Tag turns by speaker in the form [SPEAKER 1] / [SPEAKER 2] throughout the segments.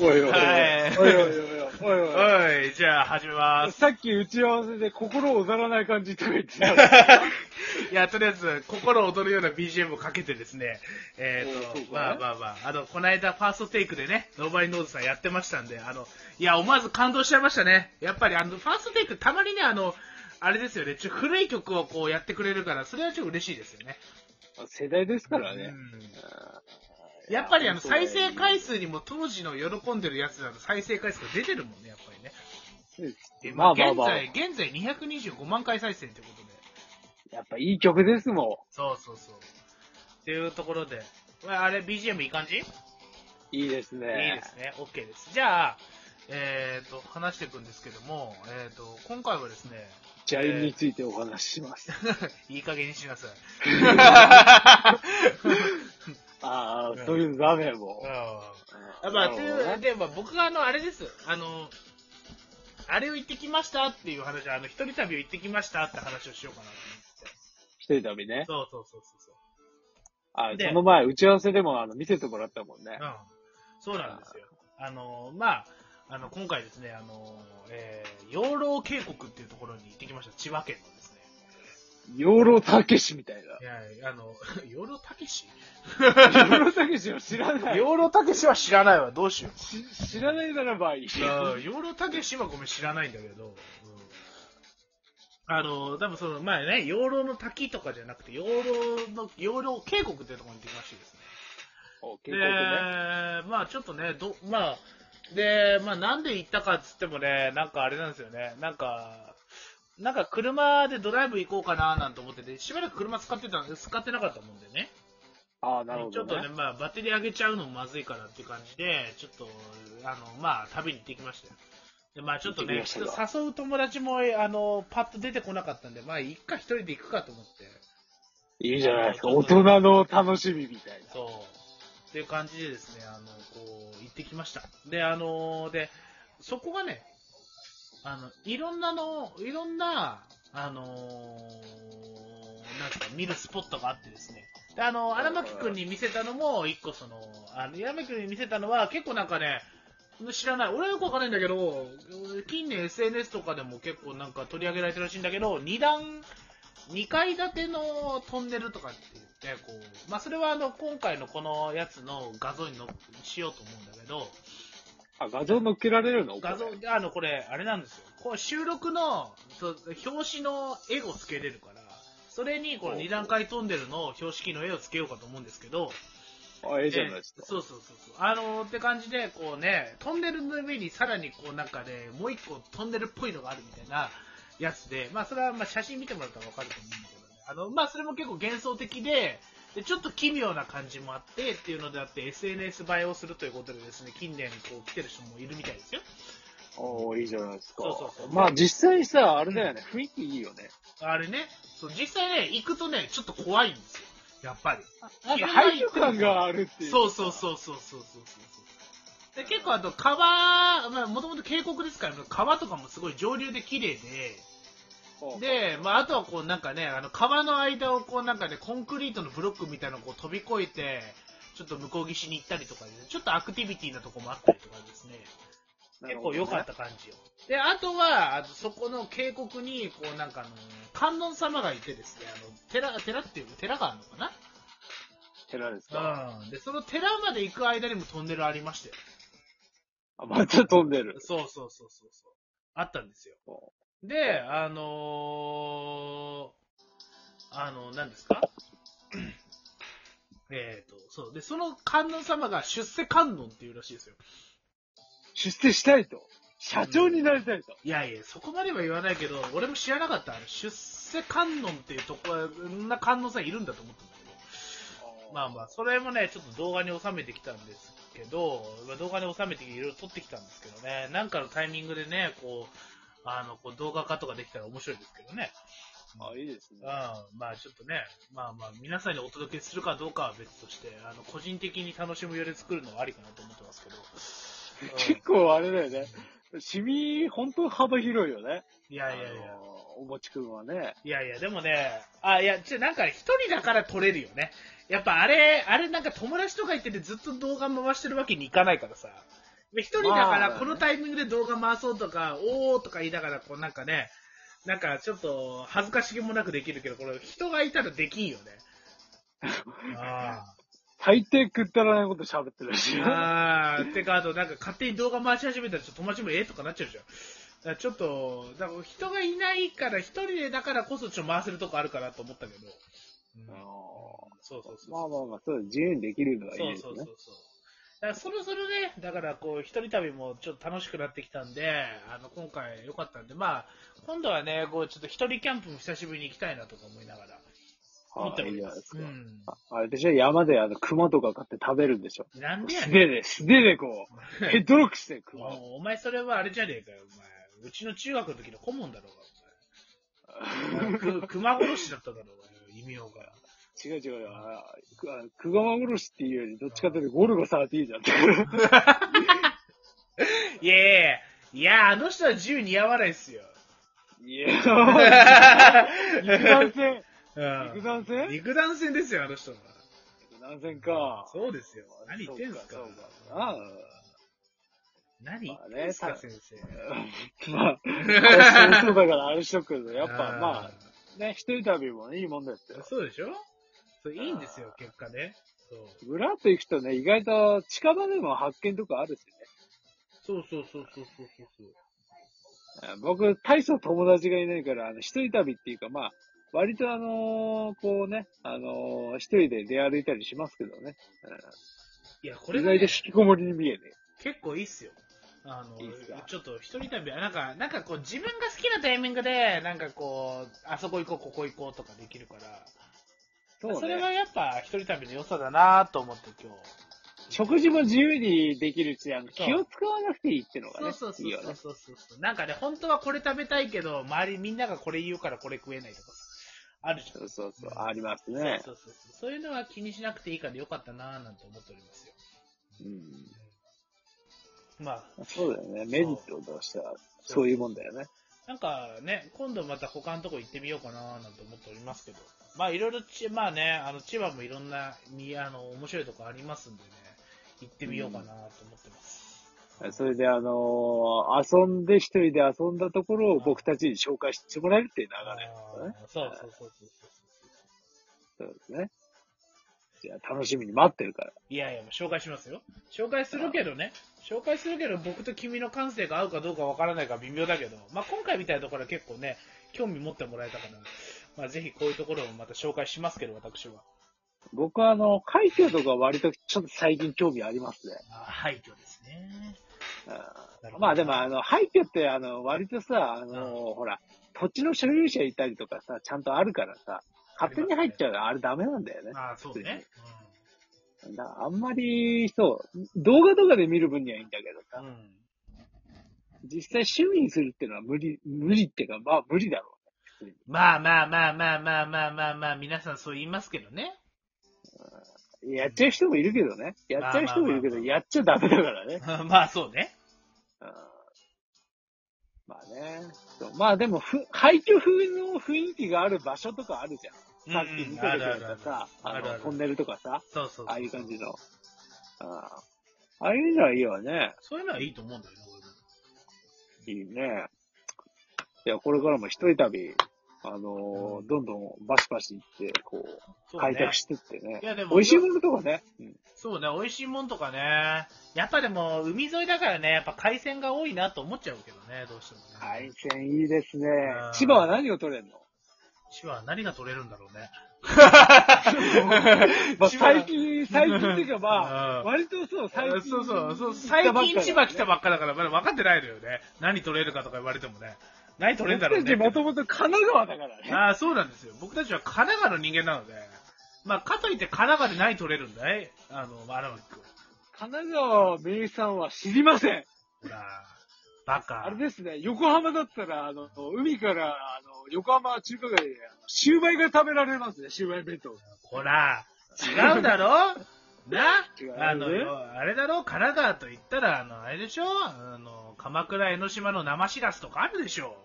[SPEAKER 1] おいおいおい。
[SPEAKER 2] はい
[SPEAKER 1] おいおいおいおい。おいおい
[SPEAKER 2] はい、じゃあ始 めます。
[SPEAKER 1] さっき打ち合わせで心をざらない感じとか言ってた から。
[SPEAKER 2] いや、とりあえず、心躍るような BGM をかけてですね、え
[SPEAKER 1] おうそう
[SPEAKER 2] っと、
[SPEAKER 1] か
[SPEAKER 2] まあまあまあ、あの、この間、ファーストテイクでね、ノーバリノーズさんやってましたんで、あの、いや、思わず感動しちゃいましたね。やっぱり、あの、ファーストテイク、たまにね、あの、あれですよね、ちょ古い曲をこうやってくれるから、それはちょっと嬉しいですよね。
[SPEAKER 1] 世代ですから
[SPEAKER 2] う
[SPEAKER 1] ね。
[SPEAKER 2] ん
[SPEAKER 1] あ
[SPEAKER 2] やっぱりあの
[SPEAKER 1] 本当ね
[SPEAKER 2] 再生回数にも当時の喜んでるやつらの再生回数が出てるもんね、やっぱりね。で
[SPEAKER 1] ーまあまあまあ。
[SPEAKER 2] 現在、現在225万回再生ということで。
[SPEAKER 1] やっぱいい曲ですも
[SPEAKER 2] そうそうそう。っていうところで。まああれ、BGM いい感
[SPEAKER 1] ん。
[SPEAKER 2] じ、
[SPEAKER 1] いいですね。
[SPEAKER 2] いいですね。OK です。じゃあ、えっ、と、話していくんですけども、えっ、と、今回はですね、
[SPEAKER 1] ジャインについてお話しします。
[SPEAKER 2] いい加減にしなさい。
[SPEAKER 1] ああ、そういうダメも
[SPEAKER 2] う。ん
[SPEAKER 1] あ
[SPEAKER 2] あまあ、とい
[SPEAKER 1] なるほど
[SPEAKER 2] う、
[SPEAKER 1] ね
[SPEAKER 2] で、まあ、僕があの、あれです。あの、あれを行ってきましたっていう話、あの、一人旅を行ってきましたって話をしようかなと
[SPEAKER 1] 一人旅ね。
[SPEAKER 2] 思って。そうそうそうそうそう。
[SPEAKER 1] あ
[SPEAKER 2] で
[SPEAKER 1] その前、打ち合わせでもあの見せてもらったもんね
[SPEAKER 2] う。ん。そうなんですよ。あの、まあ、あの、今回ですね、あの、えー、養老渓谷っていうところに行ってきました。千葉県のですね。
[SPEAKER 1] 養老たけしみたいな。
[SPEAKER 2] いや、あの、 養老たけし
[SPEAKER 1] 養老たけしを知ら ない。
[SPEAKER 2] 養老たけしは知らないわ。どうしよう。
[SPEAKER 1] し知らないならばいい。
[SPEAKER 2] あー養老たけしはごめん知らないんだけど、うんあの多分その前ね養老の滝とかじゃなくて養老の養老渓谷っていうところに行ってきましてですね
[SPEAKER 1] お
[SPEAKER 2] で
[SPEAKER 1] 結構ね。
[SPEAKER 2] まあちょっとねどまあでまあなんで行ったかっつってもねなんかあれなんですよねなんかなんか車でドライブ行こうかななんて思っててしばらく車使ってたんで使ってなかったもんでね
[SPEAKER 1] ああ、なるほ
[SPEAKER 2] ちょ
[SPEAKER 1] ど
[SPEAKER 2] っとね
[SPEAKER 1] ね。
[SPEAKER 2] まあバッテリー上げちゃうのもまずいからっていう感じでちょっとあのまあ旅に行ってきましたよでまあちょっと
[SPEAKER 1] 行
[SPEAKER 2] ね
[SPEAKER 1] ってき
[SPEAKER 2] ち
[SPEAKER 1] ま
[SPEAKER 2] ょ
[SPEAKER 1] し
[SPEAKER 2] った
[SPEAKER 1] か
[SPEAKER 2] と誘う友達もあのパッと出てこなかったんでまあ一回一人で行くかと思って
[SPEAKER 1] いいじゃないですか。
[SPEAKER 2] ちょ
[SPEAKER 1] 大
[SPEAKER 2] っとね
[SPEAKER 1] 人の楽しみみたいな。
[SPEAKER 2] そうっていう感じでですねあのこう行ってきましたであのでそこがねあのいろんなのいろんなあのなんですか見るスポットがあってですねであの荒牧君に見せたのも一個そのあの荒牧君に見せたのは結構なんかね知らない俺はよくわかんないんだけど近年 SNS とかでも結構なんか取り上げられてるらしいんだけど2段2階建てのトンネルとかって言ってこう、まあ、それはあの今回のこのやつの画像にのしようと思うんだけど
[SPEAKER 1] あ、画像乗っけられるの
[SPEAKER 2] 画像
[SPEAKER 1] これ
[SPEAKER 2] あのこれあれなんですよこう収録のそう表紙の絵をつけれるからそれにこの2段階トンネルの標識の絵をつけようかと思うんですけど
[SPEAKER 1] あ、ええじゃないですか。
[SPEAKER 2] そうそうそうそうあのーって感じでこうねトンネルの上にさらにこうなんかねもう一個トンネルっぽいのがあるみたいなやつでまあそれはまあ写真見てもらったらわかると思うんだけどねあのまあそれも結構幻想的ででちょっと奇妙な感じもあってっていうのであって SNS 映えをするということでですね近年こう来てる人もいるみたいですよ
[SPEAKER 1] おーいいじゃないですか。
[SPEAKER 2] そうそうそう
[SPEAKER 1] まあ実際さ、あれだよね、雰囲気いいよね。
[SPEAKER 2] あれねそう実際ね行くとねちょっと怖いんですよやっぱり
[SPEAKER 1] なんか廃墟感があるっていう。
[SPEAKER 2] そうそうそうそうそうそうそうそうで結構あと川、まあ、もともと渓谷ですから川とかもすごい上流で綺麗
[SPEAKER 1] ほう。
[SPEAKER 2] でで、まあ、あとはこうなんかねあの川の間をこうなんかねコンクリートのブロックみたいなのをこう飛び越えてちょっと向こう岸に行ったりとかで、ちょっとアクティビティなとこもあったりとかですね結構良かった感じよ。で、あとは、あのそこの渓谷に、こうなんかあの、観音様がいてですね、あの、寺、寺っていう、寺があるのか
[SPEAKER 1] なるほどね。寺ですか。
[SPEAKER 2] なうん。で、その寺まで行く間にもトンネルありましたよ。
[SPEAKER 1] あ、また飛んでる。
[SPEAKER 2] そうそうそうそうそう。あったんですよ
[SPEAKER 1] お。
[SPEAKER 2] で、あのー、あの、何ですか えっと、そう。で、その観音様が出世観音っていうらしいですよ。
[SPEAKER 1] 出世したいと。社長になりたいと。
[SPEAKER 2] いやいや、そこまでは言わないけど、俺も知らなかった。あの出世観音っていうとこは、いろんな観音さんいるんだと思ったんだけど。まあまあ、それもね、ちょっと動画に収めてきたんですけど、まあ動画に収めていろいろ撮ってきたんですけどね、なんかのタイミングでね、こう、あの、こう動画化とかできたら面白いですけどね。
[SPEAKER 1] あ、いいですね
[SPEAKER 2] うん。。まあちょっとね、まあまあ、皆さんにお届けするかどうかは別として、あの、個人的に楽しむより作るのはありかなと思ってますけど。うん
[SPEAKER 1] 結構あれだよ ね。趣味、本当幅広いよね。
[SPEAKER 2] いやいやい
[SPEAKER 1] あ
[SPEAKER 2] や
[SPEAKER 1] の。おもちくんはね。
[SPEAKER 2] いやいや、でもね、あ、いや、ちょ、なんかね一人だから撮れるよね。やっぱあれ、あれなんか友達とか行っててずっと動画回してるわけにいかないからさ。で一人だか
[SPEAKER 1] ま
[SPEAKER 2] ら、
[SPEAKER 1] あ
[SPEAKER 2] このタイミングで動画回そうとか、おーとか言いながら、こうなんかね、なんかちょっと恥ずかしげもなくできるけど、これ人がいたらできんよね。 あ
[SPEAKER 1] 大抵くったらないこと喋ってるし
[SPEAKER 2] ー。あー。てか、あとなんか勝手に動画回し始めたら、ちょっと友達もええとかなっちゃうじゃん。だからちょっと、だから人がいないから、一人でだからこそちょっと回せるとこあるかなと思ったけど。うん
[SPEAKER 1] あー
[SPEAKER 2] そうそうそう。
[SPEAKER 1] まあまあまあ、そう、自由にできるのがいい
[SPEAKER 2] そう
[SPEAKER 1] です
[SPEAKER 2] そうそう
[SPEAKER 1] ね。
[SPEAKER 2] そう。だからそろそろね、だからこう、一人旅もちょっと楽しくなってきたんで、あの、今回良かったんで、まあ、今度はね、こう、ちょっと一人キャンプも久しぶりに行きたいなとか思いながら、思って
[SPEAKER 1] あ
[SPEAKER 2] お
[SPEAKER 1] いい
[SPEAKER 2] り
[SPEAKER 1] じゃ
[SPEAKER 2] ま。
[SPEAKER 1] ないですす
[SPEAKER 2] う
[SPEAKER 1] か。
[SPEAKER 2] ん。
[SPEAKER 1] ああれでしょ山であの、熊とか買って食べるんでしょ
[SPEAKER 2] なんでや
[SPEAKER 1] 素
[SPEAKER 2] ねん。
[SPEAKER 1] 手 で、素手でこう、ヘッドロックして熊を。
[SPEAKER 2] おお前それはあれじゃねえかよ、お前。うちの中学の時の顧問だろう が、お前。く熊殺しだっただろうが、異名が。
[SPEAKER 1] 違う違うよ。あくあクガマ殺しっていうより、どっちかというとゴルゴ13じゃん。
[SPEAKER 2] いやいやいや、いや、あの人は銃似合わないっすよ。
[SPEAKER 1] いやー、肉弾戦。
[SPEAKER 2] うん
[SPEAKER 1] 肉弾戦肉
[SPEAKER 2] 肉弾戦ですよ、あの人は。
[SPEAKER 1] 弾戦か。
[SPEAKER 2] そうですよ。何言ってんすか
[SPEAKER 1] そうかそうか
[SPEAKER 2] 何言
[SPEAKER 1] ま
[SPEAKER 2] っ
[SPEAKER 1] あ
[SPEAKER 2] て
[SPEAKER 1] ね
[SPEAKER 2] んすか、
[SPEAKER 1] た
[SPEAKER 2] 先生。
[SPEAKER 1] まあ、そう だからあれしとくけど、やっぱ
[SPEAKER 2] あー
[SPEAKER 1] まあ、ね、一人旅もねいいもんだよ。
[SPEAKER 2] そうでしょそういいんですよ、結果ね。そう
[SPEAKER 1] ブラッと行くとね、意外と近場でも発見とかあるし
[SPEAKER 2] そうそうそうそうそうそう
[SPEAKER 1] ね。僕、大層友達がいないから、あの、一人旅っていうか、まあ、割とあのーこうね、あのー一人で出歩いたりしますけどね。
[SPEAKER 2] いや、こ
[SPEAKER 1] うん
[SPEAKER 2] れ
[SPEAKER 1] 意
[SPEAKER 2] が
[SPEAKER 1] 外
[SPEAKER 2] ね、
[SPEAKER 1] と引きこもりに見えね。
[SPEAKER 2] 結構いいっすよ。あの
[SPEAKER 1] いいっすか
[SPEAKER 2] ちょっと一人旅は、なんか、なんかこう、自分が好きなタイミングで、なんかこう、あそこ行こう、ここ行こうとかできるから、
[SPEAKER 1] そ
[SPEAKER 2] そ,、
[SPEAKER 1] う
[SPEAKER 2] れ
[SPEAKER 1] ね
[SPEAKER 2] は。やっぱ一人旅の良さだなと思って今日。
[SPEAKER 1] 食事も自由にできるし、あの気を使わなくていいってのが
[SPEAKER 2] そう
[SPEAKER 1] ね
[SPEAKER 2] そう、
[SPEAKER 1] い
[SPEAKER 2] そ
[SPEAKER 1] いうよ
[SPEAKER 2] そう
[SPEAKER 1] ね。
[SPEAKER 2] そうそうなんかね、本当はこれ食べたいけど、周りみんながこれ言うからこれ食えないとかさあるじゃん。
[SPEAKER 1] そうそうそう、ありますね。
[SPEAKER 2] そうそうそうそう。そういうのは気にしなくていいからよかったなぁなんて思っておりますよ。
[SPEAKER 1] うん
[SPEAKER 2] まあ、
[SPEAKER 1] そうだよね。メリットを出したら、そういうもんだよね。
[SPEAKER 2] なんかね、今度また他のとこ行ってみようかなぁなんて思っておりますけど。まあいろいろち、まあね、あの、千葉もいろんな、に、あの、面白いとこありますんでね、行ってみようかなぁと思ってます。
[SPEAKER 1] それで、あのー遊んで、一人で遊んだところを僕たちに紹介してもらえるっていう
[SPEAKER 2] あ
[SPEAKER 1] 流れなんで
[SPEAKER 2] ーそうそうそうそう
[SPEAKER 1] すよね。そ
[SPEAKER 2] そう。
[SPEAKER 1] うですね。じゃあ、楽しみに待ってるから。
[SPEAKER 2] いやいや、もう紹介しますよ。紹介するけどね、紹介するけど、僕と君の感性が合うかどうかわからないから微妙だけど、まあ、今回みたいなところは結構ね、興味持ってもらえたから、まあ、ぜひこういうところもまた紹介しますけど、私は。
[SPEAKER 1] 僕は、あの、海峡とか割とちょっと最近興味ありますね。
[SPEAKER 2] あ廃墟ですね。ほ
[SPEAKER 1] う
[SPEAKER 2] ど
[SPEAKER 1] んまあでも、あの、廃墟って、あの、割とさ、あのーほら、土地の所有者いたりとかさ、ちゃんとあるからさ、勝手に入っちゃうあれダメなんだよね。
[SPEAKER 2] あ あ、そうね。
[SPEAKER 1] だあんまり、そう、動画とかで見る分にはいいんだけど
[SPEAKER 2] う
[SPEAKER 1] さ、
[SPEAKER 2] ん。
[SPEAKER 1] 実際趣味にするっていうのは無理、無理っていうか、まあ無理だろ
[SPEAKER 2] まあまあまあまあまあまあまあまあ、皆さんそう言いますけどね。
[SPEAKER 1] う。やっちゃう人もいるけどね。やっちゃう人もいるけど、
[SPEAKER 2] まあまあまあまあ
[SPEAKER 1] やっちゃダメだからね。
[SPEAKER 2] まあそうね。
[SPEAKER 1] うんまあね。そうまあでもふ、廃墟風の雰囲気がある場所とかあるじゃん。さっき見てくれたさ、あの、トンネルとかさ、
[SPEAKER 2] そうそうそう。
[SPEAKER 1] ああいう感じの。うんああいうのはいいわね。
[SPEAKER 2] そういうのはいいと思うんだよね、
[SPEAKER 1] いいね。いや、これからも一人旅、あのーどんどんバシバシ行って、こう、
[SPEAKER 2] そう
[SPEAKER 1] 開
[SPEAKER 2] ね
[SPEAKER 1] 拓。してってね。
[SPEAKER 2] いやでも
[SPEAKER 1] 美味しいものとかね。うん
[SPEAKER 2] そうね、美味しいもんとかね。やっぱでも、海沿いだからね、やっぱ海鮮が多いなと思っちゃうけどね、どうしてもね。
[SPEAKER 1] 海鮮いいですね
[SPEAKER 2] うん。
[SPEAKER 1] 千葉は何を取れんの
[SPEAKER 2] 千葉は何が取れるんだろうね。
[SPEAKER 1] まあ、
[SPEAKER 2] 千葉
[SPEAKER 1] 最近、最近っていうかまあ、
[SPEAKER 2] うん
[SPEAKER 1] 割とそう、最近。
[SPEAKER 2] そうそうそう、最近千葉来たばっかだから、まだ分かってないのよね。何取れるかとか言われてもね。何取れるんだろうね。
[SPEAKER 1] もともと神奈川だからね。
[SPEAKER 2] ああ、そうなんですよ。僕たちは神奈川の人間なので。まあ、かといって神奈川で何取れるんだいあの、荒牧君。
[SPEAKER 1] 神奈川名産は知りません。
[SPEAKER 2] ほら、バカ。
[SPEAKER 1] あれですね、横浜だったら、あの、海から、あの、横浜中華街で、あのシューマイが食べられますね、シューマイ弁当。
[SPEAKER 2] ほら、違う だろな
[SPEAKER 1] 違うよね
[SPEAKER 2] あの、あれだろ神奈川と言ったら、あの、あれでしょあの、鎌倉江ノ島の生しらすとかあるでしょ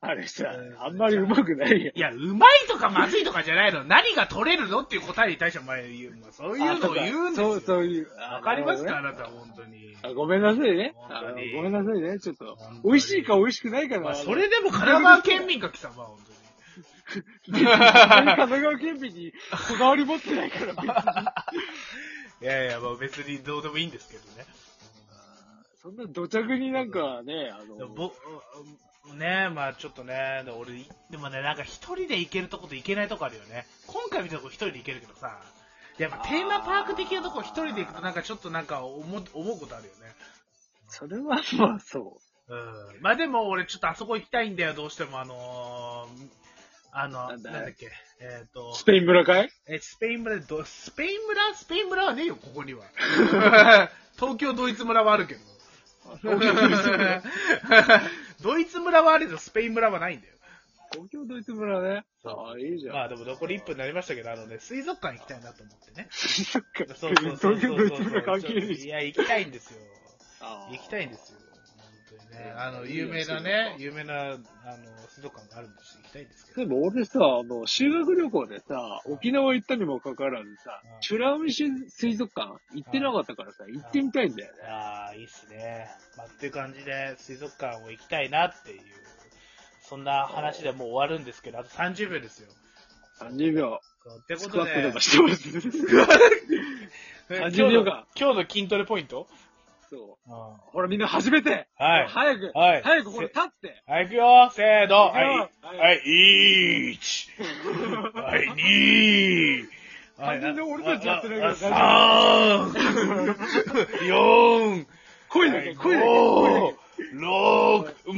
[SPEAKER 1] あれさ、あんまりうまくないやん。
[SPEAKER 2] いや、うまいとかまずいとかじゃないの。何が取れるのっていう答えに対してお前言う。まあ、そういうのを言うんですよ。
[SPEAKER 1] そう、そういう。
[SPEAKER 2] わかりますか、
[SPEAKER 1] あ
[SPEAKER 2] あなた、本当に。
[SPEAKER 1] あごめんなさいね。
[SPEAKER 2] 本
[SPEAKER 1] あ
[SPEAKER 2] 当に
[SPEAKER 1] ごめんなさいね。ちょっと
[SPEAKER 2] 本当に。
[SPEAKER 1] 美味しいか美味しくないかな。
[SPEAKER 2] まあ、それでも神奈川県民か、貴様、本当
[SPEAKER 1] 別
[SPEAKER 2] に。
[SPEAKER 1] に神奈川県民にこだわり持ってないから。別に
[SPEAKER 2] いやいや、まあ、別にどうでもいいんですけどね。
[SPEAKER 1] そんな土着になんかね、あの、
[SPEAKER 2] ぼねまあちょっとね、で俺、でもね、なんか一人で行けるとこと行けないとこあるよね。今回見たとこ一人で行けるけどさ、やっぱテーマパーク的なとこ一人で行くとなんかちょっとなんか思う思うことあるよね。
[SPEAKER 1] それはまあそ
[SPEAKER 2] うん。まあでも俺ちょっとあそこ行きたいんだよ、どうしてもあのー、あの、
[SPEAKER 1] な
[SPEAKER 2] な
[SPEAKER 1] んんだ
[SPEAKER 2] だっけ、えっ、と
[SPEAKER 1] う。、スペイン村かい
[SPEAKER 2] え、スペイン村でど、スペイン村スペイン村はねえよ、ここに は。東京ドイツ村はあるけど。
[SPEAKER 1] 東京ドイツ村。
[SPEAKER 2] ドイツ村はあるけど、スペイン村はないんだよ。
[SPEAKER 1] 東京ドイツ村ね。ああ、いいじゃん。
[SPEAKER 2] まあでも残り1分になりましたけど、あのね、水族館行きたいなと思ってね。
[SPEAKER 1] そっか
[SPEAKER 2] そうそうそう
[SPEAKER 1] 東京 ドイツ村関係ない
[SPEAKER 2] い
[SPEAKER 1] し。
[SPEAKER 2] や、行きたいんですよ。
[SPEAKER 1] 行
[SPEAKER 2] 行きたいんですよ。本当にね、あの、有名ないね、
[SPEAKER 1] い
[SPEAKER 2] 有名な、あの、水族館があるんですよ。行きたいんですけ
[SPEAKER 1] で
[SPEAKER 2] ど。
[SPEAKER 1] も俺さ、あの、修学旅行でさ、沖縄行ったにもかかわらずさ
[SPEAKER 2] うん、
[SPEAKER 1] 美ら海水水族館行ってなかったからさ、行ってみたいんだよね。
[SPEAKER 2] ああ、いいっすね。まあ、っていう感じで、水族館を行きたいなっていう、そんな話でもう終わるんですけど、あと30秒ですよ。
[SPEAKER 1] 30秒。
[SPEAKER 2] そうって
[SPEAKER 1] ス
[SPEAKER 2] こ
[SPEAKER 1] ク
[SPEAKER 2] と
[SPEAKER 1] ワットで
[SPEAKER 2] で
[SPEAKER 1] も、してます。
[SPEAKER 2] 今日
[SPEAKER 1] 30秒
[SPEAKER 2] の
[SPEAKER 1] 間
[SPEAKER 2] 今日の筋トレポイント
[SPEAKER 1] そう。
[SPEAKER 2] は
[SPEAKER 1] ほらみんな初めて
[SPEAKER 2] はい
[SPEAKER 1] 早く
[SPEAKER 2] はい
[SPEAKER 1] 早くこれ立っ て
[SPEAKER 2] い、行くよせーの
[SPEAKER 1] 行くよ
[SPEAKER 2] はい、はい、1、はい、
[SPEAKER 1] 完
[SPEAKER 2] 2、
[SPEAKER 1] 全に俺たちやってないから
[SPEAKER 2] 3、4、
[SPEAKER 1] 声だけ、声だけ。声だけ
[SPEAKER 2] 5、6、